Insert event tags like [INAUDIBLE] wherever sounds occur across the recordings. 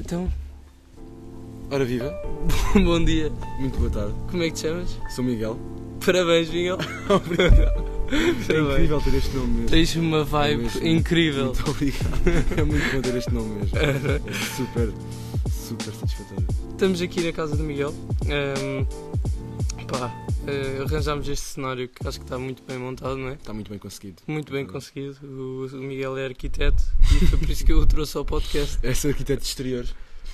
Então, [LAUGHS] Ora viva, bom dia. muito boa tarde. Como é que te chamas? Sou Miguel. [LAUGHS] Parabéns, Miguel. É Parabéns. incrível ter este nome mesmo. É Tens uma vibe Mesmo. incrível. [LAUGHS] Muito obrigado. [LAUGHS] É muito bom ter este nome mesmo. É super, super satisfatório. Estamos aqui na casa do Miguel. Ahm, pá, eh, arranjámos este cenário que acho que está muito bem montado, não é? Está muito bem conseguido. Muito bem conseguido. O, o Miguel é arquiteto e foi por isso que eu o trouxe ao podcast É ser arquiteto de exterior.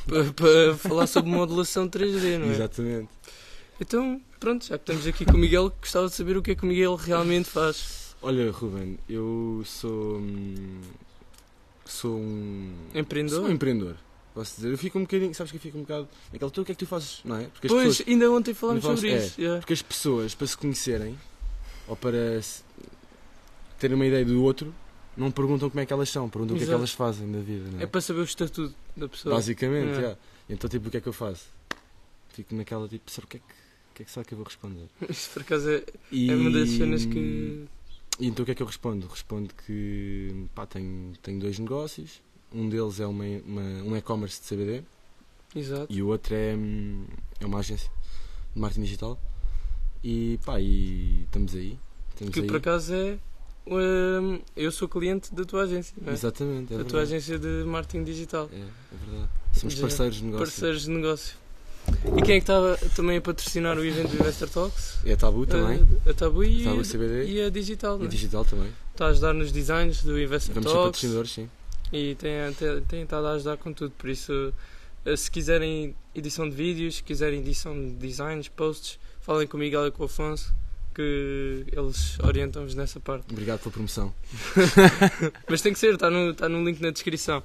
para, para falar sobre modelação 3D, não é? Exatamente. Então, pronto, já que estamos aqui com o Miguel, gostava de saber o que é que o Miguel realmente faz. Olha, Ruben, eu sou. hum, Sou um. Empreendedor? Sou um empreendedor. Posso dizer, eu fico um bocadinho, sabes que eu fico um bocado. Naquela, tu o que é que tu fazes, não é? Porque as Pois, pessoas- ainda ontem falámos Não falas- sobre é. isso. yeah. Porque as pessoas, para se conhecerem, ou para se- terem uma ideia do outro, não perguntam como é que elas são, perguntam o que é Exato. que elas fazem na vida, não é? É para saber o estatuto da pessoa. Basicamente, É. é. Então, tipo, o que é que eu faço? Fico naquela, tipo, será o que é que, o que, é que será que eu vou responder? [LAUGHS] Isso por acaso é, E... é uma das cenas que. E então o que é que eu respondo? Respondo que, pá, tenho, tenho dois negócios. Um deles é uma, uma- um e-commerce de CBD Exato. e o outro é, hum, é uma agência de marketing digital. E, pá, e estamos aí. Estamos Que aí. por acaso é. hum, eu sou cliente da tua agência, não é? Exatamente, é da verdade. tua agência de marketing digital. É, é verdade. Somos Já. parceiros de negócio. Parceiros de negócio. E quem é que estava também a patrocinar o evento do Investor Talks? É tabu também. A, a Tabu e, tabu CBD. É. e a Digital, E não é? digital também. Está a ajudar nos designs do Investor Estamos sempre Talks. patrocinadores, sim. E tem, tem, tem estado a ajudar com tudo, por isso eh, se quiserem edição de vídeos, se quiserem edição de designs, posts, falem com o Miguel e com o Afonso que eles orientam-vos nessa parte. Obrigado pela promoção. Mas tem que ser, está no, tá no link na descrição.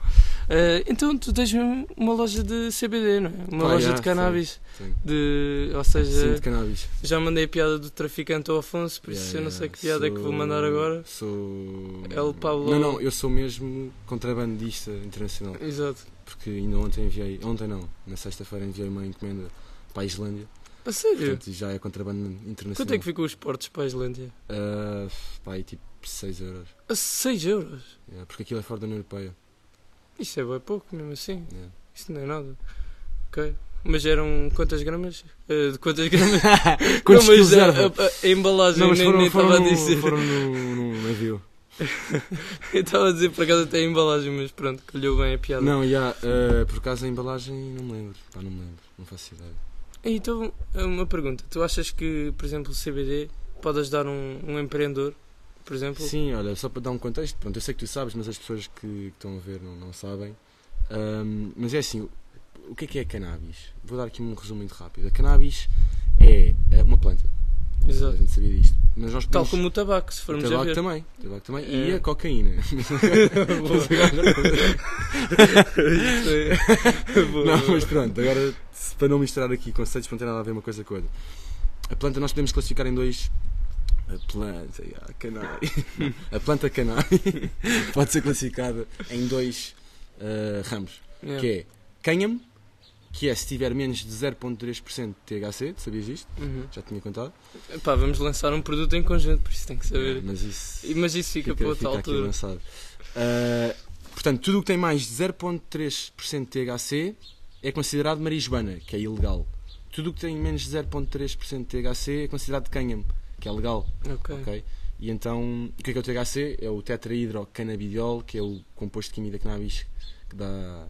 Eh, então tu tens mesmo uma loja de CBD, não é? Uma Pá, loja Ah, já, de cannabis. Sim, De, ou Sim, seja, de cannabis. já mandei a piada do traficante ao Afonso, é. por isso Yeah, eu não yeah. sei que piada é que vou Sou- mandar agora. Sou. El Pablo- Não, não, eu sou mesmo contrabandista internacional. Exato. Porque ainda ontem enviei. Ontem não, na sexta-feira enviei uma encomenda para a Islândia. A sério? Portanto, já é contrabando internacional. Quanto é que ficou os portos para a Islândia? Ah, pá, aí tipo 6 euros. A 6 euros? Yeah, porque aquilo é fora da União Europeia. Isso é bem pouco, mesmo assim. Yeah. Isso não é nada. Ok. Mas eram quantas gramas? Eh, de quantas [LAUGHS] gramas? [LAUGHS] Quantos não, mas é eh, quilos a, era? a- a embalagem Não, mas nem- foram, nem foram estava a no- dizer. foram no- num navio. [LAUGHS] Eu estava a dizer por acaso até a embalagem, mas pronto, calhou bem a piada. Não, já, eh, por acaso a embalagem não me lembro. Pá, não me lembro, não faço ideia. Então, uma pergunta. Tu achas que, por exemplo, o CBD pode ajudar um, um empreendedor, por exemplo? Sim, olha, só para dar um contexto, pronto, eu sei que tu sabes, mas as pessoas que, que estão a ver não, não sabem. Ahm, mas é assim, o, o que é que é a cannabis? Vou dar aqui um resumo muito rápido. A cannabis é, eh, uma planta, a Exato. gente sabia disto. Mas nós Tal podemos- como o tabaco, se o formos a tabaco ver. também, o tabaco também e É. [LAUGHS] a cocaína. [LAUGHS] [LAUGHS] não, mas pronto, agora se- para não misturar aqui conceitos, para não ter nada a ver uma coisa com a outra. A planta nós podemos classificar em dois. A planta, yeah, [LAUGHS] cannabis. Não, A planta cannabis [LAUGHS] pode ser classificada em dois ah, ramos, Yeah. [LAUGHS] que é cânhamo, que é se tiver menos de 0.3% de THC, sabias isto? Uhum. Já tinha contado. Pá, vamos lançar um produto em conjunto, por isso tem que saber. Mas isso E- Mas isso fica, para outra É. fica aqui altura. lançado. Ah, portanto, tudo o que tem mais de 0.3% de THC é considerado marijuana, que é ilegal. Tudo o que tem menos de 0.3% de THC é considerado cânhamo, que é legal, Ok. ok? E então, o que é, que é o THC? É o tetrahidrocannabidiol, que é o composto químico da cannabis que dá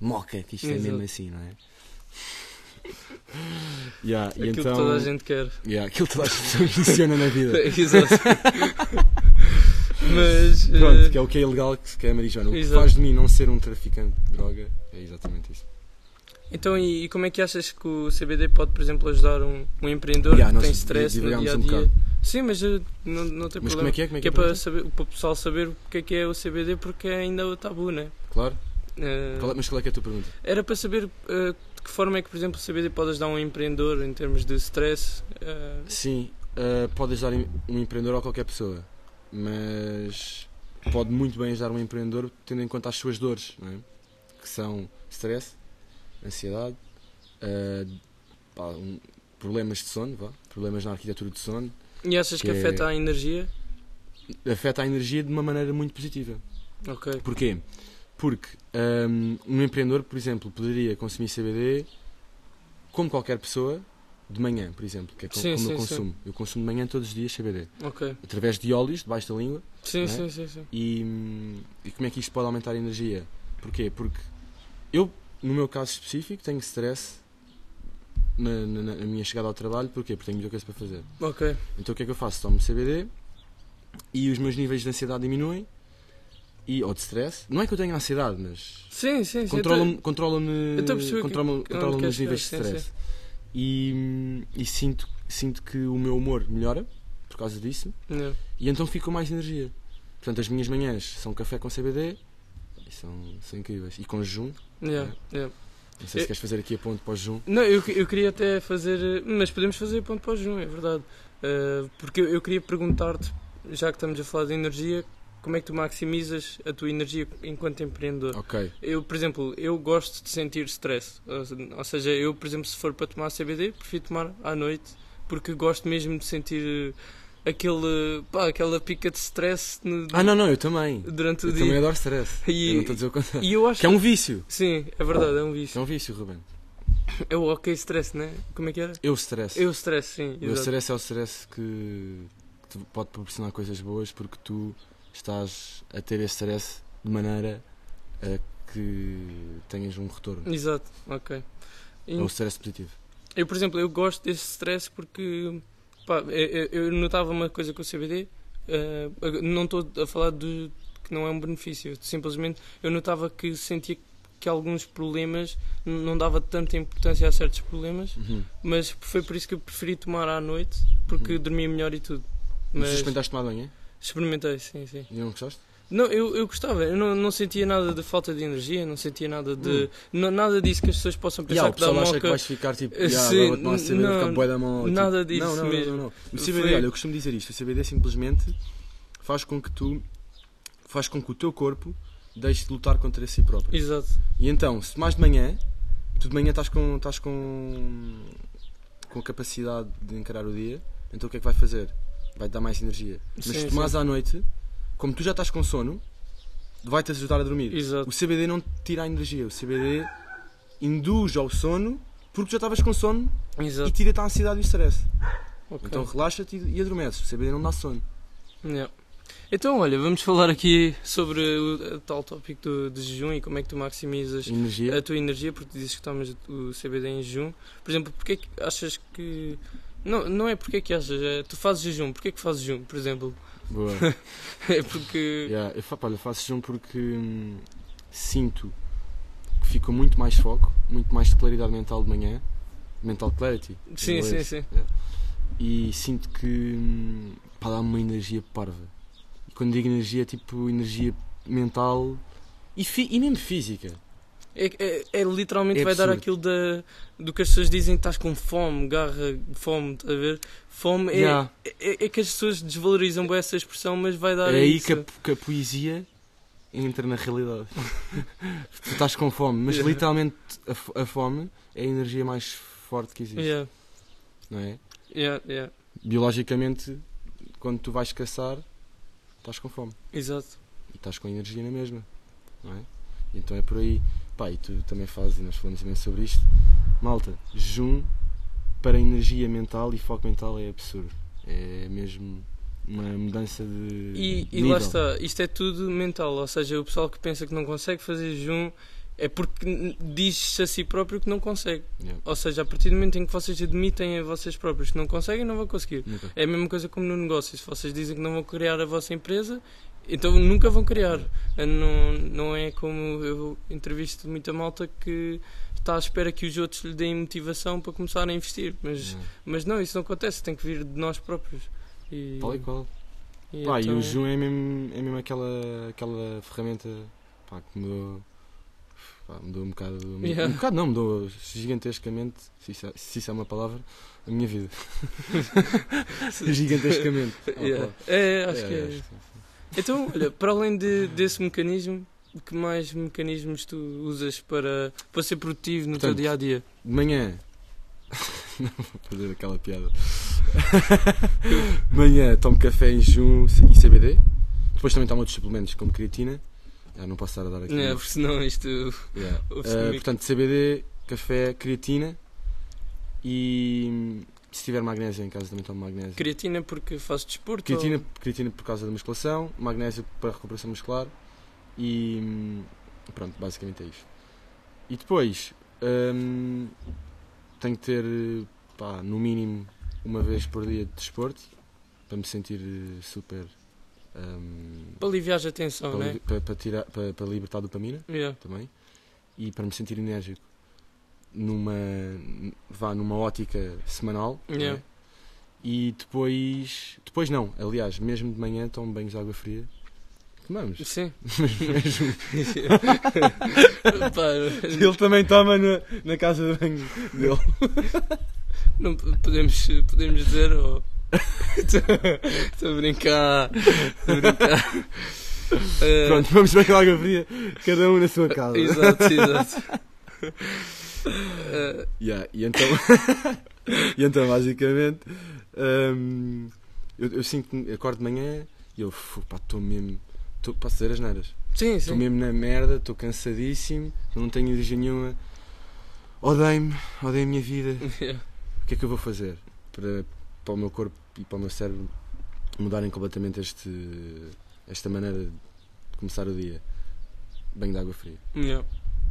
moca, que isto é Exato. mesmo assim, não é? [LAUGHS] Yeah, e Aquilo então, que toda a gente quer. yeah, aquilo que toda a gente [LAUGHS] funciona na vida. [LAUGHS] Exato. Mas. eh, [LAUGHS] Pronto, que é o que é ilegal, que que é marijuana. O que Exato. faz de mim não ser um traficante de droga é exatamente isso. Então, e, e como é que achas que o CBD pode, por exemplo, ajudar um, um empreendedor Yeah, que nós tem stress no divagámos dia a um dia? bocado. Sim, mas eh, não, não tem Mas como problema. é que é? Como é que que é é? para, saber, para o pessoal saber o que é que é o CBD, porque é ainda o tabu, né? Claro. Eh, Qual é- mas qual é que é a tua pergunta? Era para saber eh, de que forma é que, por exemplo, o CBD pode ajudar um empreendedor em termos de stress. eh, Sim, ah, pode ajudar em- um empreendedor ou qualquer pessoa, mas pode muito bem ajudar um empreendedor tendo em conta as suas dores, não é? que são stress, ansiedade, ah, pá, um- problemas de sono, vá, problemas na arquitetura de sono, e achas que, Que é- afeta a energia? afeta a energia de uma maneira muito positiva. Ok. Porquê? Porque hum, um empreendedor, por exemplo, poderia consumir CBD como qualquer pessoa de manhã, por exemplo, que é co- Sim, como sim, eu consumo. Eu consumo de manhã todos os dias CBD, Ok. através de óleos debaixo da língua. Sim, Não é? sim, sim, sim. E, hum, e como é que isto pode aumentar a energia? Porquê? Porque eu, no meu caso específico, tenho stress na, na- na- na minha chegada ao trabalho. Porquê? Porque tenho muita coisa para fazer. Ok. Então o que é que eu faço? Tomo CBD e os meus níveis de ansiedade diminuem. E, ou de stress. Não é que eu tenha ansiedade, mas Sim, sim, sim. controla-me controla-me eu tô a perceber controla-me que- controla-me onde os queres níveis de chegar, sim, stress e, e sinto sinto que o meu humor melhora por causa disso Yeah. e então fico com mais energia portanto as minhas manhãs são café com CBD e são, são incríveis e com jejum Yeah, yeah. não sei se Eu- queres fazer aqui a ponto para o jejum Não, eu, que- eu queria até fazer. eh, Mas podemos fazer ponto para o junho, é verdade. Eh, porque eu, eu queria perguntar-te, já que estamos a falar de energia, como é que tu maximizas a tua energia enquanto empreendedor? ok Eu, por exemplo, eu gosto de sentir stress. Ou- Ou seja, eu, por exemplo, se for para tomar CBD, prefiro tomar à noite, porque gosto mesmo de sentir eh, aquele, pá, aquela pica de stress no- ah não não eu também durante o eu dia. também adoro stress eu não E, estou a dizer o contrário e eu acho que é um vício Sim, é verdade, é um que é vício. um vício Ruben É o ok stress, né? Como é que era? eu stress Eu stress, sim. O exato. stress é o stress que, que te pode proporcionar coisas boas porque tu estás a ter esse stress de maneira a que tenhas um retorno. Exato, ok. E É o stress positivo. Eu, por exemplo, eu gosto desse stress porque pá, eu, eu notava uma coisa com o CBD, eh, não estou a falar de que não é um benefício, simplesmente eu notava que sentia que alguns problemas n- não dava tanta importância a certos problemas, Uhum. mas foi por isso que eu preferi tomar à noite, porque Uhum. dormia melhor e tudo. Mas tu Mas experimentaste tomar banho, é? experimentei, sim, sim. E não gostaste? Não, eu, eu gostava, eu não, não sentia nada de falta de energia, não sentia nada de. Hum. não- nada disso que as pessoas possam E ah, pensar o que dá pessoal acha que moca. vais [LAUGHS] ficar tipo, Eh, "Ya, sim, agora vou tomar CBD, não, vou ficar bué da mão. aqui." nada disso não, não, não, mesmo. Não, não, O Foi- CBD, olha, eu costumo dizer isto, o CBD simplesmente faz com que tu, faz com que o teu corpo deixe de lutar contra si próprio. Exato. E então, se mais de manhã, tu de manhã estás com, estás com, com a capacidade de encarar o dia, então o que é que vai fazer? Vai te dar mais energia. Mas Sim, se tomares à noite, como tu já estás com sono, vai-te ajudar a dormir. Exato. O CBD não te tira a energia, o CBD induz ao sono porque tu já estavas com sono e Exato. tira-te a ansiedade e o stress. ok. Então relaxa-te e e adormeces. O CBD não dá sono. Yeah. Então, olha, vamos falar aqui sobre o o tal tópico do, do jejum e como é que tu maximizas a Energia. tua energia, porque tu dizes que tomas o CBD em jejum. Por exemplo, porque é que achas que. Não, não é porque é que achas, é tu fazes jejum, porque é que fazes jejum, por exemplo? [LAUGHS] Boa. É porque. Yeah, eu, fa- pá, eu faço jejum porque hum, sinto que fico muito mais foco, muito mais claridade mental de manhã, mental clarity. em Sim, sim, inglês. sim. E sinto que hum, pá, dá-me uma energia parva. E quando digo energia, é tipo energia mental e, fi- e mesmo física. É, é- é literalmente É vai dar absurdo. aquilo da, do que as pessoas dizem que estás com fome, garra, fome, estás a ver? Fome é, Yeah, é, é que as pessoas desvalorizam bem essa expressão, mas vai é dar aí isso. que a, po- que a poesia entra na realidade. [LAUGHS] tu estás com fome, mas Yeah. literalmente a, fo- a fome é a energia mais forte que existe, Yeah, não é? yeah, yeah. biologicamente, quando tu vais caçar, estás com fome Exato. e estás com energia na mesma, não é? E Então é por aí. Pá, e tu também fazes, e nós falamos imenso sobre isto. Malta, jejum para energia mental e foco mental é absurdo. É mesmo uma mudança de. E, e nível. lá está, isto é tudo mental, ou seja, o pessoal que pensa que não consegue fazer jejum é porque n- diz-se a si próprio que não consegue. Yeah, Ou seja, a partir do momento em que vocês admitem a vocês próprios que não conseguem, não vão conseguir. nunca. É a mesma coisa como no negócio. Se vocês dizem que não vão criar a vossa empresa, então nunca vão criar. Não, não é como eu entrevisto muita malta que está à espera que os outros lhe deem motivação para começar a investir. Mas, Yeah. mas não, isso não acontece, tem que vir de nós próprios. E, Tal e qual. e Pá, e então- [LAUGHS] o jejum é mesmo, é mesmo aquela, aquela ferramenta pá, que mudou, pá, mudou um bocado. [LAUGHS] Yeah. Um bocado não, mudou gigantescamente, se isso, é, se isso é uma palavra, a minha vida. [LAUGHS] gigantescamente. É [LAUGHS] uma Yeah. palavra. É, acho É, que é. acho Então, olha, para além de- desse mecanismo, que mais mecanismos tu usas para, para ser produtivo no teu Portanto, dia a dia? De manhã. [LAUGHS] não vou fazer [LAUGHS] aquela piada. De manhã tomo café em jejum e CBD. Depois também tomo outros suplementos como creatina. Ah, não posso estar a dar aqui. É, porque senão isto. Yeah. Ouve-se Ah, comigo. portanto, CBD, café, creatina e hum, se tiver magnésio em casa também tomo magnésio. Creatina então. porque faço desporto. Creatina, creatina por causa da musculação, magnésio para recuperação muscular e hum, pronto, basicamente é isto. E depois hum, tenho que ter eh, pá, no mínimo uma vez por dia de desporto para me sentir eh, super hum, Para aliviar a tensão, para, né? li- para- para tirar, para, para libertar dopamina Yeah. também e para me sentir enérgico numa vá numa ótica semanal não é? Yeah. e depois depois não aliás mesmo de manhã tomo banhos de água fria tomamos [LAUGHS] Sim. [LAUGHS] Pá, ele também toma na, na casa de banho dele não p- podemos, podemos dizer. [LAUGHS] Estou a brincar. Estou a brincar. [LAUGHS] Eh, [LAUGHS] pronto vamos banho de água fria cada um na sua casa Exato, exato. [LAUGHS] Eh, Yeah, e então, [LAUGHS] e então basicamente, hum, eu, eu sinto que acordo de manhã e eu "Fu, pá, estou mesmo. Estou para fazer as neiras. sim, Estou sim. mesmo na merda, estou cansadíssimo, não tenho energia nenhuma. Odeio-me, odeio a minha vida. [LAUGHS] Yeah. O que é que eu vou fazer para, para o meu corpo e para o meu cérebro mudarem completamente este, esta maneira de começar o dia? Banho de água fria Yeah.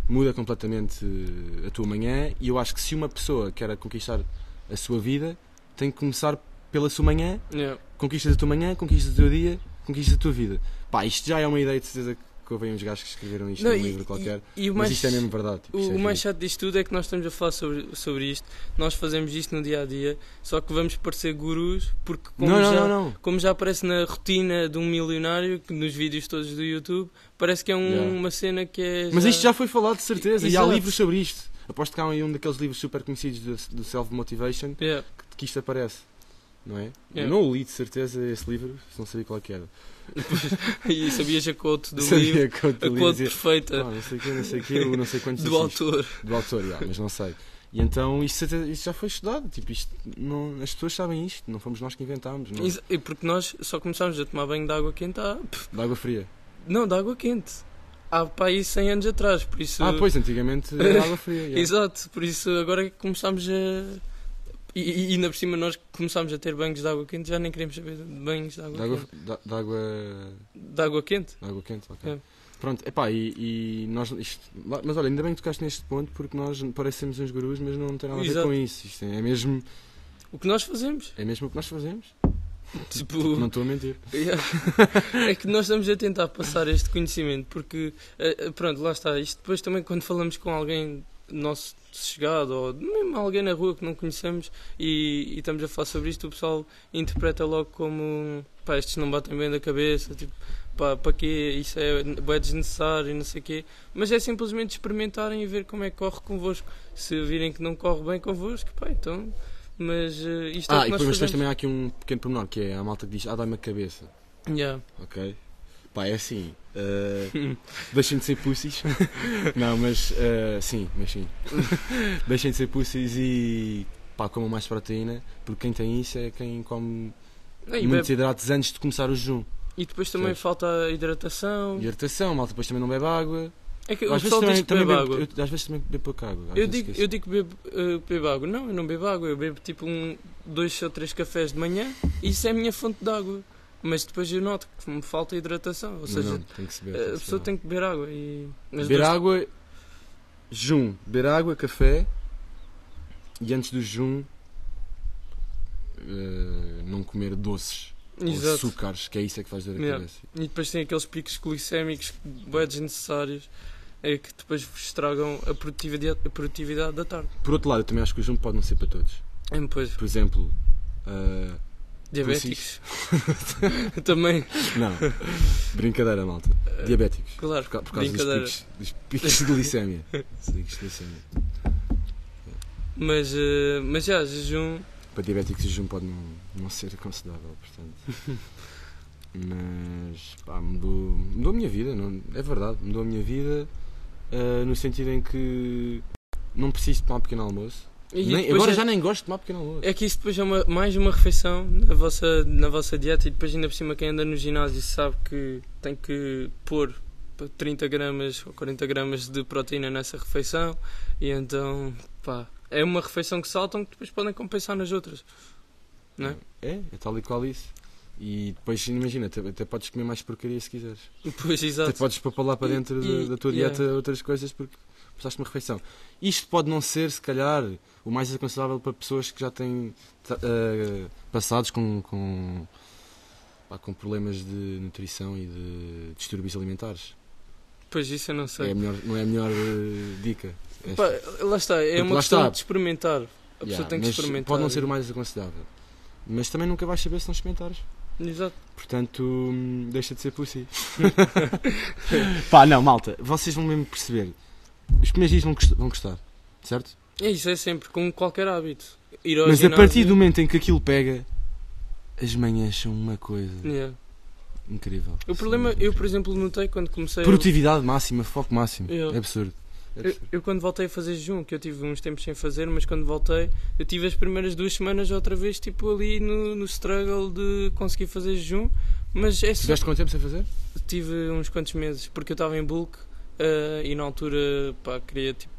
muda completamente eh, a tua manhã e eu acho que se uma pessoa quer conquistar a sua vida, tem que começar pela sua manhã, Yeah. conquistas a tua manhã, conquistas o teu dia, conquistas a tua vida. Pá, isto já é uma ideia de certeza que houve aí uns gajos que escreveram isto Não, num e- livro qualquer, e- e o mas mais- isto é mesmo verdade. tipo, isto O, é o mais genial. chato disto tudo é que nós estamos a falar sobre, sobre isto, nós fazemos isto no dia a dia, só que vamos parecer gurus, porque como, não, não, já, não, não. como já aparece na rotina de um milionário, que nos vídeos todos do YouTube, parece que é um- Yeah. uma cena que é. Mas isto já foi falado de certeza e há Exato. livros sobre isto. Aposto que há um daqueles livros super conhecidos do- do Self-Motivation Yeah. que- que isto aparece. Não é? Eu Yeah. não o li de certeza esse livro, se não sabia qual é que era. [LAUGHS] E sabias a quote do [LAUGHS] sabia livro? quanto A li, quote dizia, perfeita Ah, não sei o que, não sei o que, não sei [LAUGHS] quantos do assuntos. autor. Do autor, já, mas não sei. E então isto, até- isto já foi estudado, tipo, isto, não, as pessoas sabem isto, não fomos nós que inventámos, não. é? Exa- E porque nós só começámos a tomar banho de água quente há. de água fria. Não, de água quente. Há para aí 100 anos atrás, por isso. Ah, [LAUGHS] pois, antigamente era água fria. já. Exato, por isso agora é que começámos a. E, e ainda por cima nós que começámos a ter banhos de água quente, já nem queremos saber de banhos de água, De água, quente. da- de água, De água quente? de água quente, ok. É. Pronto, epá, e, e nós. isto- lá- mas olha, ainda bem que tocaste neste ponto porque nós parecemos uns gurus, mas não tem nada a ver Exato. com isso. Isto é mesmo, O que nós fazemos? é mesmo o que nós fazemos. Tipo, Não estou a mentir. é que nós estamos a tentar passar este conhecimento, porque, eh, eh, pronto, lá está. Isto depois também quando falamos com alguém nosso chegado ou mesmo alguém na rua que não conhecemos e, e estamos a falar sobre isto, o pessoal interpreta logo como pá, estes não batem bem da cabeça, tipo, pá, para quê? Isso é, é desnecessário e não sei o quê. Mas é simplesmente experimentarem e ver como é que corre convosco. Se virem que não corre bem convosco, pá, então. Mas eh, isto é o Ah, que nós e depois, mas depois fazemos. também há aqui um pequeno pormenor que é a malta que diz: Ah, dói-me a cabeça. Yeah. Ok. Pá, é assim. eh, [LAUGHS] deixem de ser [LAUGHS] pussies. não, mas. eh, sim, mas sim. [LAUGHS] deixem de ser pussies e. Pá, comam mais proteína. Porque quem tem isso é quem come Ah, E, muitos bebe- hidratos antes de começar o jejum. e depois também Sim. falta a hidratação. E hidratação, malta depois também não bebe água. É que Eu o às, vezes pessoal diz também, que também bebe bebo, água. eu- às vezes também bebo pouca água. às Eu vezes digo, esqueço. eu digo que bebo, eh, bebo água. Não, eu não bebo água. Eu bebo tipo um, dois ou três cafés de manhã e isso é a minha fonte de água. Mas depois eu noto que me falta hidratação. Ou Não, seja, não, tem que se beber. eh, a pessoa tem que beber água. E... mas Beber dois- água. Jejum. Beber água, café. E antes do jejum. eh, não comer doces. Ou Exato. açúcares, que é isso é que faz dor a Yeah. cabeça. E depois tem aqueles picos glicémicos bem desnecessários eh, que depois estragam a produtividade, a produtividade da tarde. Por outro lado, eu também acho que o jejum pode não ser para todos. E depois, Por exemplo, ah, diabéticos. [LAUGHS] Também, não, brincadeira, malta. Diabéticos. claro, Por, ca- por causa dos Eh, brincadeira. picos, dos picos [LAUGHS] de glicémia. Dos picos de glicémia. Mas, eh, mas já, jejum. Para diabéticos, o jejum pode não, não ser aconselhável, portanto. [LAUGHS] Mas, pá, mudou, mudou a minha vida, não, é verdade. Mudou a minha vida ah, no sentido em que não preciso tomar um pequeno almoço. E Nem- depois agora é- já nem gosto de tomar um pequeno almoço. É que isso depois é uma- mais uma refeição na vossa, na vossa dieta e depois ainda por cima quem anda no ginásio sabe que tem que pôr pá, 30 gramas ou 40 gramas de proteína nessa refeição e então, pá, é uma refeição que saltam que depois podem compensar nas outras. [LAUGHS] Não é? É, é tal e qual isso. E depois, imagina, até, até podes comer mais porcaria se quiseres. Pois, exato. Até podes papalar para E- dentro da- e- da tua yeah. dieta outras coisas porque precisaste de uma refeição. Isto pode não ser, se calhar, o mais aconselhável para pessoas que já têm tra- eh, passados com, com, pá, com problemas de nutrição e de distúrbios alimentares. Pois isso eu não É sei. a melhor, não é a melhor eh, dica. esta. Pá, lá está, é Porque uma Tipo, lá questão está. de experimentar. A pessoa Yeah, tem que mas experimentar. Pode não ser o mais aconselhável. Mas também nunca vais saber se não experimentares. Exato. Portanto, hum, deixa de ser pussy. [LAUGHS] Pá, não, malta, vocês vão mesmo perceber. Os primeiros dias vão, gost- vão gostar, certo? É isso, é sempre, com qualquer hábito. Ir ao Mas a ginásio- partir do momento em que aquilo pega, as manhãs são uma coisa Yeah. incrível. O problema, São eu por incríveis. exemplo notei quando comecei. a- Produtividade máxima, foco máximo. Yeah. É absurdo. É Eu, absurdo. eu quando voltei a fazer jejum, que eu tive uns tempos sem fazer, mas quando voltei, eu tive as primeiras duas semanas outra vez, tipo ali no, no struggle de conseguir fazer jejum, mas é só, Tiveste quanto tempo sem fazer? tive uns quantos meses, porque eu estava em bulk eh, e na altura, pá, queria tipo,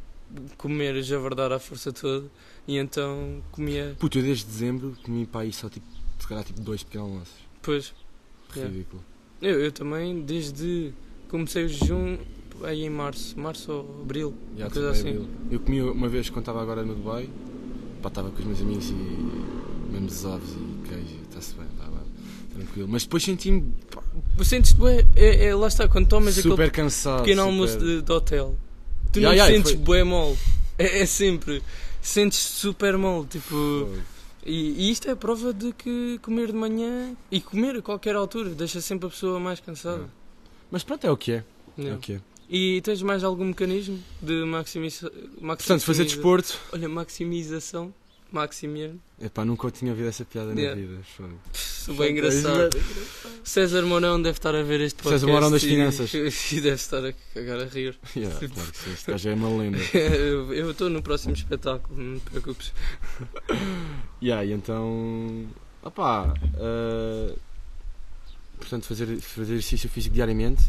comer javardar à força toda, e então comia, Puto, eu desde dezembro comi para aí só tipo, se calhar, tipo dois pequenos almoços. depois Yeah. Ridículo. Eu, eu também, desde comecei o jejum, aí em março, março ou abril, Já, Uma coisa também assim. abril. Eu comi uma vez quando estava agora no Dubai, pá, estava com os meus amigos e mesmo os ovos e queijo, está-se bem, estava tranquilo. Mas depois senti-me pá, Sentes-te bué, é, é- lá está, quando tomas super aquele cansado. pequeno Ah, super- almoço de, de hotel, tu Ya, não ya, sentes foi- bué mole, é, é sempre, sentes super mole, tipo, Fogo. e, e isto é a prova de que comer de manhã e comer a qualquer altura deixa sempre a pessoa mais cansada. Mas pronto, é o que é. é Não. o que é. E tens mais algum mecanismo de maximiza... Portanto, fazer desporto desporto. Olha, maximização, maximir, Epá, nunca tinha ouvido essa piada na Yeah. vida. fogo. bem é engraçado. César Mourão deve estar a ver este podcast. César Mourão das e- Finanças. E [LAUGHS] deve estar a cagar a rir. [LAUGHS] Yeah, claro que sim, este gajo é uma lenda. Eu eu estou no próximo espetáculo, não te preocupes. [LAUGHS] Yeah, e então. Opá. ah, portanto, fazer, fazer exercício físico diariamente.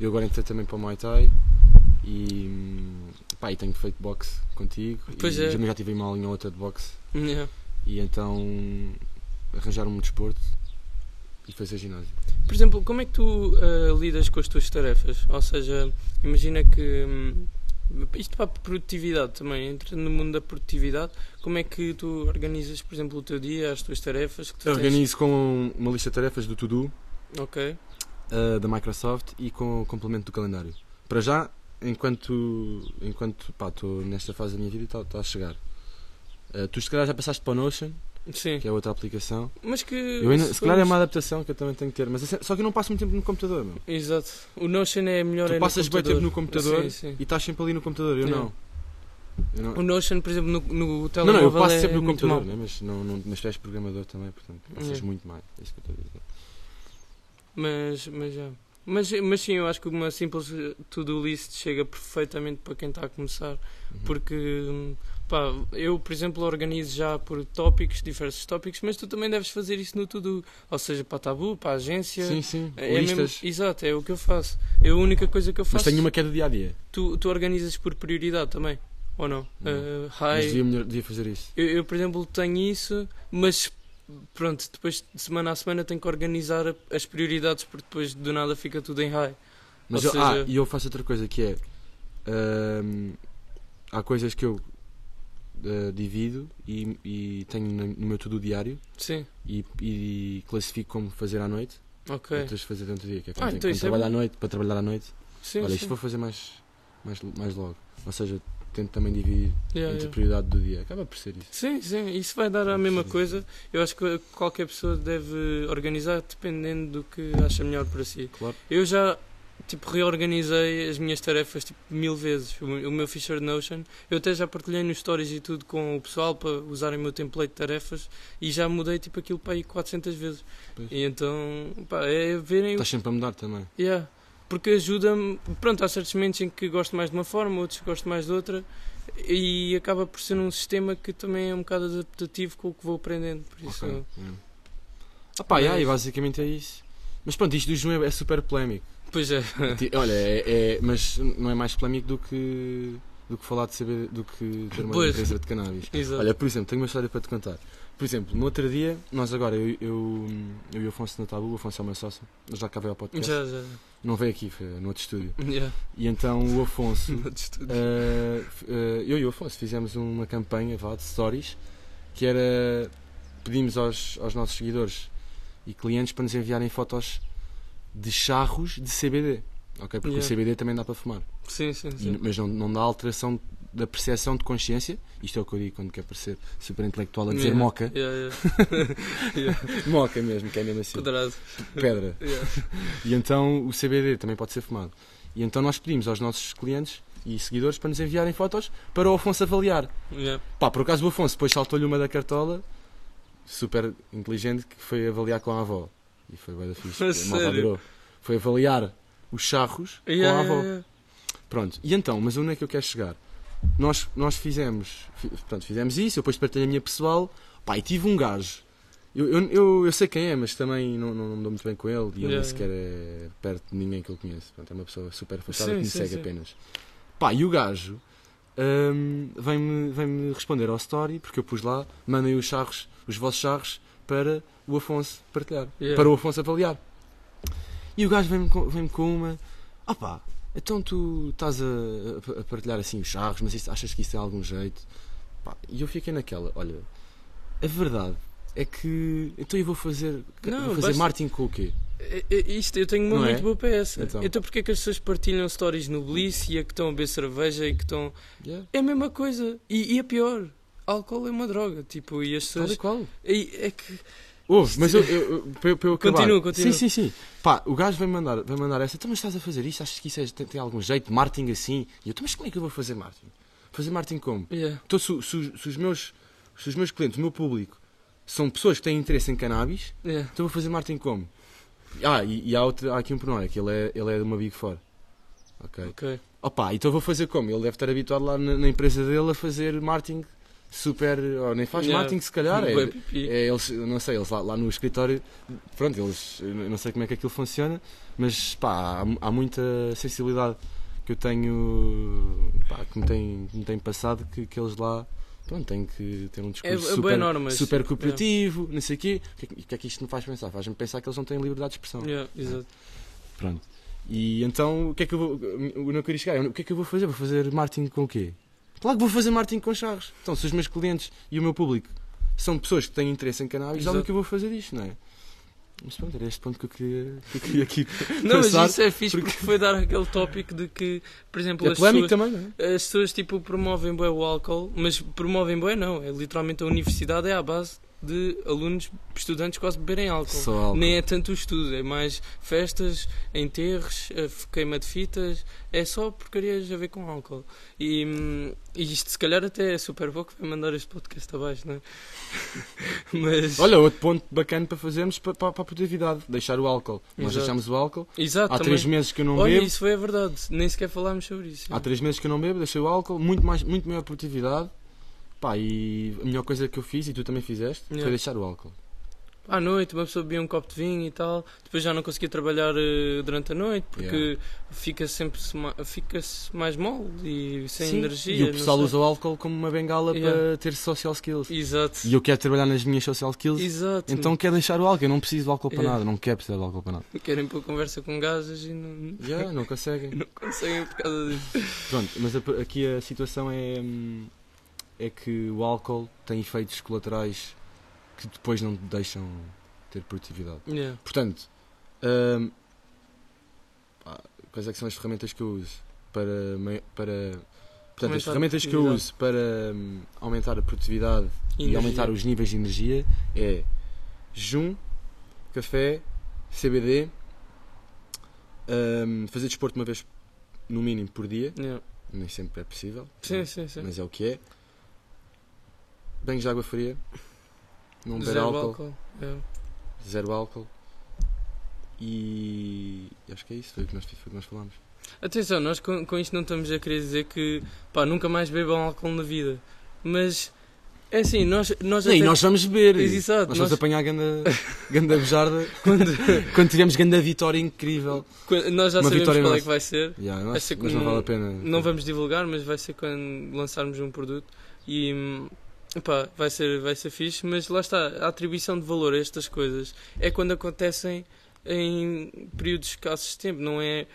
Eu agora entrei também para o Muay Thai. E. hum, Pá, e tenho feito boxe contigo. Pois e é. já- Já tive uma linha ou outra de boxe. Yeah. E então. Arranjar-me um desporto. E fazer ginásio. Por exemplo, como é que tu ah, lidas com as tuas tarefas? Ou seja, imagina que. hum, isto para a produtividade também, entrando no mundo da produtividade, como é que tu organizas, por exemplo, o teu dia, as tuas tarefas? Que tu tens? Organizo com uma lista de tarefas do To-Do. Ok, uh, da Microsoft e com o complemento do calendário. Para já, enquanto enquanto pá, estou nesta fase da minha vida, está está a chegar. Uh, tu se calhar já passaste para o Notion, sim. que é outra aplicação. Mas que. Eu ainda- se calhar é formos- uma adaptação que eu também tenho que ter, mas é se- só que eu não passo muito tempo no computador, meu. Exato. O Notion é melhor. é tu no passas bem tempo no computador Sim, sim. e estás sempre ali no computador, eu Yeah. não. Eu não. O Notion, por exemplo, no, no Não, não, telemóvel eu passo é sempre no muito computador, mau. né? mas, não, não, mas tu és programador também, portanto, passas Yeah. muito mais. É isso que eu estou a dizer. Mas, mas, já. mas, mas sim, eu acho que uma simples eh, to-do list chega perfeitamente para quem está a começar. Uhum. Porque, hum, pá, eu, por exemplo, organizo já por tópicos, diversos tópicos, mas tu também deves fazer isso no to-do. Ou seja, para a Tabu, para a agência. Sim, sim, É mesmo- listas. exato, é o que eu faço. É a única coisa que eu Mas faço. tenho uma queda dia a dia. tu, tu organizas por prioridade também, ou não? Não. Eh, Mas high, devia, melhor- devia fazer isso. Eu, eu, por exemplo, tenho isso, mas pronto, depois de semana a semana tenho que organizar a- as prioridades porque depois do nada fica tudo em high. Mas Ou eu- ah, seja- e eu faço outra coisa que é. ahm, há coisas que eu ah, divido e, e tenho na- no meu tudo diário Sim, e, e classifico como fazer à noite, ok. outras fazer durante o dia, que é Ah, quando, tenho- então quando isso é trabalho bom. à noite, para trabalhar à noite. Sim, Olha, sim. isto vou fazer mais, mais, mais logo. Ou seja, tento também dividir Yeah, entre yeah. prioridade do dia. Acaba por ser isso. Sim, sim, isso vai dar a mesma coisa. Eu acho que qualquer pessoa deve organizar dependendo do que acha melhor para si. Claro. Eu já tipo reorganizei as minhas tarefas tipo mil vezes. O, o meu Fisher Notion, eu até já partilhei nos stories e tudo com o pessoal para usarem o meu template de tarefas e já mudei tipo aquilo para aí 400 vezes. Pois. E então, pá, é verem o Estás sempre a mudar também. Yeah. Porque ajuda-me. Pronto, há certos momentos em que gosto mais de uma forma, outros gosto mais de outra, e acaba por ser um sistema que também é um bocado adaptativo com o que vou aprendendo. Por isso, Ok, é. Ah, pá, Mas- yeah, e basicamente é isso. Mas pronto, isto do João é, é super polémico. Pois é. [LAUGHS] Ti- Olha, é, é- mas não é mais polémico do que, do que falar de saber do que ter uma Pois. empresa de cannabis. Exato. Olha, por exemplo, tenho uma história para te contar. Por exemplo, no outro dia, nós agora, eu, eu, eu e o Afonso na Tabu, o Afonso é o meu sócio, ele já cá veio ao podcast. já, já. Não veio aqui, foi no outro estúdio. Yeah. [LAUGHS] E então o Afonso, Noutros estudos. eh, f- eh, eu e o Afonso fizemos uma campanha vá, de stories que era pedimos aos, aos nossos seguidores e clientes para nos enviarem fotos de charros de CBD. ok Porque Yeah. o CBD também dá para fumar. Sim, sim, E- sim. mas não, não dá alteração da percepção de consciência. Isto é o que eu digo quando quer parecer super intelectual a dizer Yeah. moca. Yeah, yeah. [LAUGHS] [LAUGHS] Moca mesmo, que é mesmo assim. Quadrado. Pedra. Yeah. E então o CBD também pode ser fumado. E então nós pedimos aos nossos clientes e seguidores para nos enviarem fotos para o Afonso avaliar. Yeah. Pá, por acaso o Afonso depois saltou-lhe uma da cartola, super inteligente, que foi avaliar com a avó. E foi bem da fixe. A porque a malta sério? adorou. Foi avaliar os charros Yeah, com a avó. yeah, yeah. Pronto, e então, mas onde é que eu quero chegar? Nós, nós fizemos, fi- portanto, fizemos isso, eu depois partilhei a minha pessoal, pá, e tive um gajo. Eu, eu, eu, eu sei quem é, mas também não, não, não me dou muito bem com ele e ele Yeah, nem sequer é perto de ninguém que eu conheço. Portanto, é uma pessoa super afastada Sim, que me sim, segue sim. apenas. Pá, e o gajo hum, vem-me vem responder ao story, porque eu pus lá, mandem os charros, os vossos charros, para o Afonso partilhar Yeah. para o Afonso avaliar. E o gajo vem-me com, vem com uma. Ah pá, então tu estás a, a- a partilhar assim os charros, mas isso- achas que isso tem algum jeito? Pá, e eu fiquei naquela, olha, a verdade é que. Então eu vou fazer. Não, vou fazer basta- Martin com o quê? É- é Isto, eu tenho uma Não é? muito boa para essa. Então. Então, porque é que as pessoas partilham stories no Bliss e a que estão a beber cerveja e que estão. Yeah, É a mesma coisa. E, e é pior. Álcool é uma droga. Tipo, e as tal e pessoas. qual. E, é que. Ouve, mas eu, eu, eu- para eu- para eu acabar. Continua, continua. Sim, sim, sim. Pá, o gajo vai mandar, vai mandar essa. Então, mas estás a fazer isto? Achas que isso é- tem, tem algum jeito? Martin assim? E eu, "Então, mas como é que eu vou fazer Martin? Fazer Martin como? Yeah. Então, se, se- se os meus, se os meus clientes, o meu público, são pessoas que têm interesse em cannabis, Yeah. então vou fazer marketing como? Ah, e, e há, outro, há aqui um pormenor, é que ele é, ele é de uma Big Four. Ok. Ok. Opa, então vou fazer como? Ele deve estar habituado lá na, na empresa dele a fazer marketing super. Ou nem faz Yeah. marketing, se calhar. É, Bué pipi. é, eles, eu não sei, eles lá, lá no escritório, pronto, eles, eu não sei como é que aquilo funciona, mas pá, há, há muita sensibilidade que eu tenho, pá, que me tem, que me tem passado, que, que eles lá, pronto, têm que ter um É, discurso é super, boa norma. isso. super cooperativo, não sei o quê. O que é que- O que é que isto me faz pensar? Faz-me pensar que eles não têm liberdade de expressão. Yeah, [LAUGHS] exato. Pronto. E então, o que é que eu vou, eu não queria chegar, o que é que eu vou fazer? Vou fazer marketing com o quê? Claro que vou fazer marketing com charros. Então, se os meus clientes e o meu público são pessoas que têm interesse em cannabis, Exato. óbvio que eu vou fazer isto, não é? Mas pronto, era este ponto que eu queria, que [LAUGHS] eu queria aqui. Não, mas Pensar- isso é fixe porque... porque- foi dar aquele tópico de que, por exemplo, É as polémico pessoas, também, não é? as pessoas tipo, promovem bem o álcool, mas promovem bem não. É literalmente a universidade é à base de alunos, estudantes quase beberem álcool. Só álcool. Nem é tanto o estudo, é mais festas, enterros, eh, f- queima de fitas, é só porcarias a ver com álcool. E, hum, e isto se calhar até é super bom que vai mandar este podcast abaixo, não é? [LAUGHS] Mas. Olha, outro ponto bacana para fazermos para, para, para a produtividade, deixar o álcool. Nós Exato. deixámos o álcool. Exato, Há também. três meses que eu não Olha, bebo. isso foi a verdade, nem sequer falámos sobre isso. Há três meses que eu não bebo, deixei o álcool, muito, mais, muito maior produtividade. Pá, e a melhor coisa que eu fiz, e tu também fizeste, Yeah. foi deixar o álcool. à noite, uma pessoa bebia um copo de vinho e tal, depois já não conseguia trabalhar eh, durante a noite porque fica sempre se ma- fica-se mais mole e sem Sim, energia. E o não pessoal sei. usa o álcool como uma bengala Yeah. para ter social skills. Exato. E eu quero trabalhar nas minhas social skills, Exato. então quero deixar o álcool. Eu não preciso de álcool para Yeah. nada, não quero precisar de álcool para nada. Querem pôr conversa com gajas e não, Yeah, não conseguem. [LAUGHS] não conseguem por causa disso. Pronto, mas a- aqui a situação é, hum, é que o álcool tem efeitos colaterais que depois não te deixam ter produtividade. Yeah. Portanto, hum, pá, quais é que são as ferramentas que eu uso para. mei- para portanto, Aumentar a as ferramentas que eu produtividade. uso para hum, aumentar a produtividade e Energia. aumentar os níveis de energia é jum, café, CBD, hum, fazer desporto uma vez no mínimo por dia, Yeah. nem sempre é possível, Sim, sim, sim. mas é o que é. Banhos de água fria, não beber Zero álcool, Yeah. zero álcool e e acho que é isso, foi o que nós, foi o que nós falámos. Atenção, nós com, com isto não estamos a querer dizer que pá, nunca mais bebam álcool na vida, mas É assim, nós, nós Não, e até- nós vamos beber. Exato, nós vamos nós- apanhar a ganda, ganda bujarda quando, [LAUGHS] quando tivemos ganda vitória incrível. quando- nós já Uma sabemos vitória qual é nossa. que vai ser. Yeah, eu Vai acho- ser mas não como- vale a pena. É Não vamos divulgar, mas vai ser quando lançarmos um produto e hum, epá, vai ser vai ser fixe, mas lá está, a atribuição de valor a estas coisas é quando acontecem em períodos escassos de tempo, não é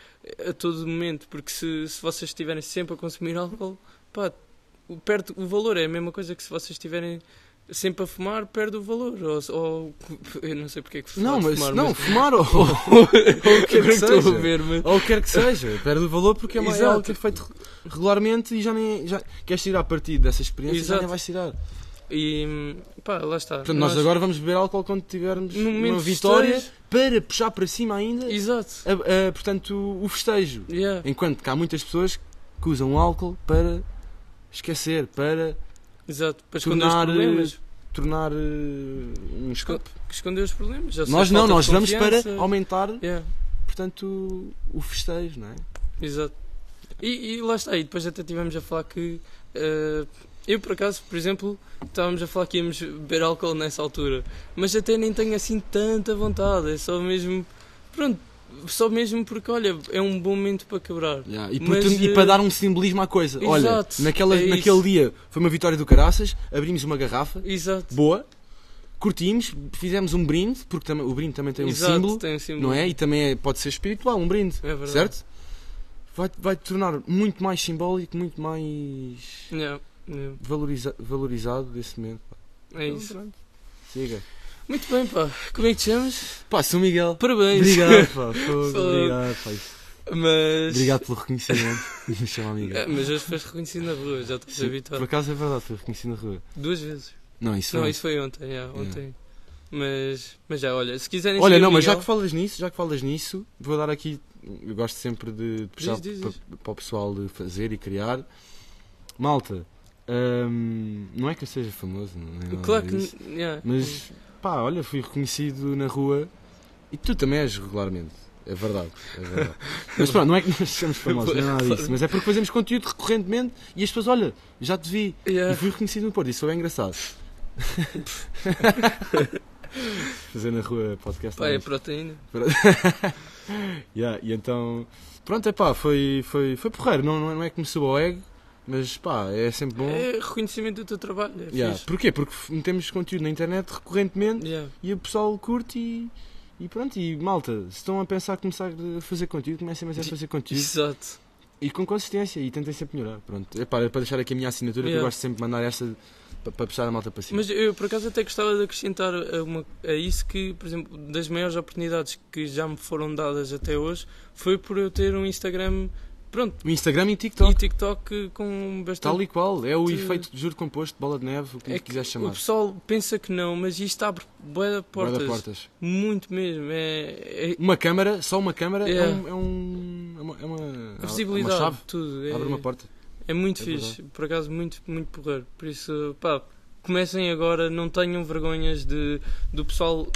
a todo momento, porque se, se vocês estiverem sempre a consumir álcool, pá, o- perde o valor, é a mesma coisa que se vocês estiverem sempre a fumar, perde o valor, ou, ou- [LAUGHS] eu não sei porque é que falo Não, de mas fumar, não, [LAUGHS] fumar ou, [LAUGHS] ou o que é [LAUGHS] que que estou a seja. ver, mas... ou o que quer que seja, perde o valor porque é uma é Exato. algo que é feito regularmente e já nem. Já, queres tirar partido dessa experiência já Exato. nem vais tirar. E pá, lá está. Portanto, nós, agora vamos beber álcool quando tivermos no momento uma de vitória festejo- para puxar para cima ainda Exato. a- a- portanto, o festejo. Yeah. Enquanto que há muitas pessoas que usam o álcool para esquecer, para Exato. Para esconder Tornar, os problemas. tornar eh, um escape. Esconder os problemas. Já sei, Nós não, falta de nós vamos para confiança. aumentar, Yeah. portanto, o festejo, não é? Exato. E, e lá está. E depois até estivemos a falar que. eh, eu, por acaso, por exemplo, estávamos a falar que íamos beber álcool nessa altura. Mas até nem tenho assim tanta vontade. É só mesmo. Pronto. Só mesmo porque, olha, é um bom momento para quebrar. Yeah, E, Mas, portanto- e eh, para dar um simbolismo à coisa. Olha, exato, naquela, é isso. naquele dia foi uma vitória do Caraças, abrimos uma garrafa, Exato. boa, curtimos, fizemos um brinde, porque também- o brinde também tem um Exato. símbolo, Tem um símbolo. não é? E também é- pode ser espiritual, um brinde. É verdade. Certo? Vai, vai tornar muito mais simbólico, muito mais Yeah, yeah, valoriza- valorizado desse momento. pá. É isso. Então, pronto. Siga. Muito bem, pá. Como é que te chamas? Pá, sou Miguel. Parabéns. Obrigado, [LAUGHS] pá. É Fogo, [LAUGHS] Fogo. obrigado, pá. Isso- Mas. Obrigado [LAUGHS] pelo reconhecimento. Me chama É, Miguel. mas hoje foste reconhecido na rua, já estás Sim, Por habituado. acaso é verdade, fui reconhecido na rua. Duas vezes. Não, isso é. Não, não. isso foi ontem, já, Yeah. ontem. Mas, mas já, olha, se quiserem Olha, seguir não, o mas já é Miguel, que falas nisso, já que falas nisso, vou dar aqui. Eu gosto sempre de, de puxar Diz, diz, pa- diz. para, o pessoal de fazer e criar. Malta, hum, não é que eu seja famoso, não é? nada Claro que. disso. yeah. Mas pá, olha, fui reconhecido na rua e tu também és regularmente. É verdade, [LAUGHS] é verdade. mas pronto, não é que nós somos famosos, não é nada disso. Mas é porque fazemos conteúdo recorrentemente e as pessoas, olha, já te vi e Yeah. fui reconhecido no Porto. Isso é [LAUGHS] bem engraçado. Fazer na rua podcast. Pá, não é é isto. proteína. Yeah, e então, pronto, é pá, foi, foi, foi porreiro. Não, não é- não é que me suba o ego, mas pá, é sempre bom. É reconhecimento do teu trabalho, é Yeah, fixe. Porquê? Porque f- metemos conteúdo na internet recorrentemente Yeah. e o pessoal curte e, e pronto, e malta, se estão a pensar começar a fazer conteúdo, comecem mais a fazer conteúdo Exato. e com consistência e tentem sempre melhorar. Pronto, é pá, é para deixar aqui a minha assinatura que Yeah. eu gosto sempre de mandar esta pa- para puxar a malta para cima. Mas eu, por acaso, até gostava de acrescentar a, uma- a isso que, por exemplo, das maiores oportunidades que já me foram dadas até hoje foi por eu ter um Instagram, pronto, O Instagram e o TikTok, e TikTok com bastante tal e qual, é o Tu- efeito de juro composto, bola de neve, o que, É lhe que quiser O chamar. pessoal pensa que não, mas isto abre boa Guarda portas. portas. Muito mesmo. É, é- Uma câmara, só uma câmara Yeah. é, um, é, um- é uma, é uma- a visibilidade, uma chave. tudo. É, Abre uma porta. é muito É fixe. Por acaso, muito, muito porreiro. Por isso, pá, comecem agora. Não tenham vergonhas de, do pessoal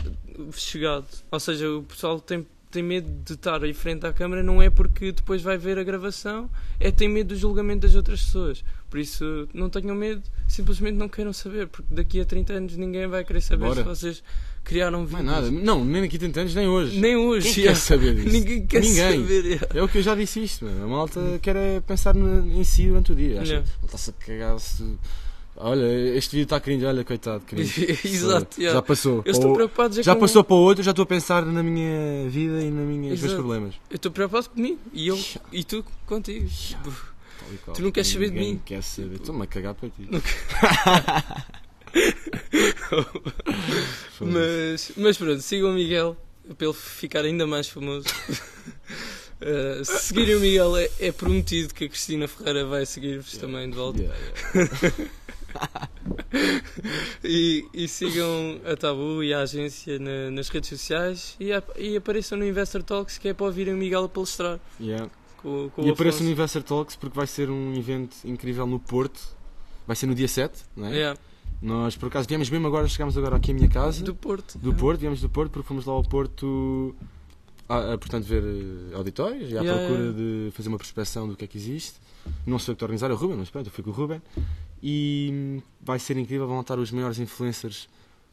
chegado. Ou seja, o pessoal tem, tem medo de estar em frente à câmara. Não é porque depois vai ver a gravação. É tem medo do julgamento das outras pessoas. Por isso, não tenham medo. Simplesmente não queiram saber. Porque daqui a 30 anos ninguém vai querer saber Bora. se vocês criaram Não é vídeos. nada. Não, nem aqui 30 anos, nem hoje. Nem hoje. Quem yeah. quer saber disso? Ninguém quer Ninguém. saber. yeah. É o que eu já disse isto, mano. A malta quer é pensar no- em si durante o dia. Acha, Yeah. Ele está-se a cagar se. Olha, este vídeo está cringe, olha, coitado, cringe. [LAUGHS] Exato. Já yeah. passou. Eu estou Ou- preocupado já, Já com- passou para o outro, já estou a pensar na minha vida e na minha, nos meus Exato. problemas. Eu estou preocupado comigo. E eu. Yeah. E tu contigo. Tal e qual. Tu não queres saber de Ninguém mim. quer saber. Estou-me a cagar para ti. [LAUGHS] Mas, Foda-se. mas pronto, sigam o Miguel para ele ficar ainda mais [LAUGHS] famoso. Uh, se seguirem o Miguel é, é prometido que a Cristina Ferreira vai seguir-vos também de volta. Yeah, yeah. E, e sigam a Tabu e a agência na- nas redes sociais e, ap- e apareçam no Investor Talks que é para ouvirem o Miguel a palestrar Yeah. com, com E o aparece Afonso. no Universal Talks porque vai ser um evento incrível no Porto. Vai ser no dia 7, não é? Yeah, Nós, por acaso, viemos mesmo agora, chegámos agora aqui à minha casa. do Porto. né? Do Porto, viemos do Porto porque fomos lá ao Porto a, a, portanto, ver eh, auditórios e à Yeah, procura yeah. de fazer uma prospeção do que é que existe. Não sou eu que estou a organizar, é o Ruben, mas pronto, eu fui com o Ruben. e vai ser incrível, vão estar os maiores influencers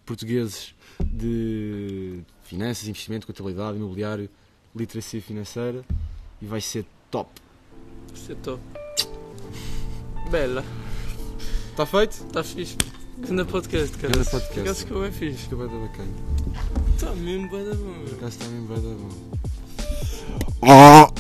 portugueses de finanças, investimento, contabilidade, imobiliário, literacia financeira e vai ser top. Isso é top. Bela. Tá Está feito? Está fixe. Grande podcast, cara. Grande podcast. Acho que é fixe. Fica bem da bacana. Está mesmo bem da bom, meu. Por acaso está bem bué da bom.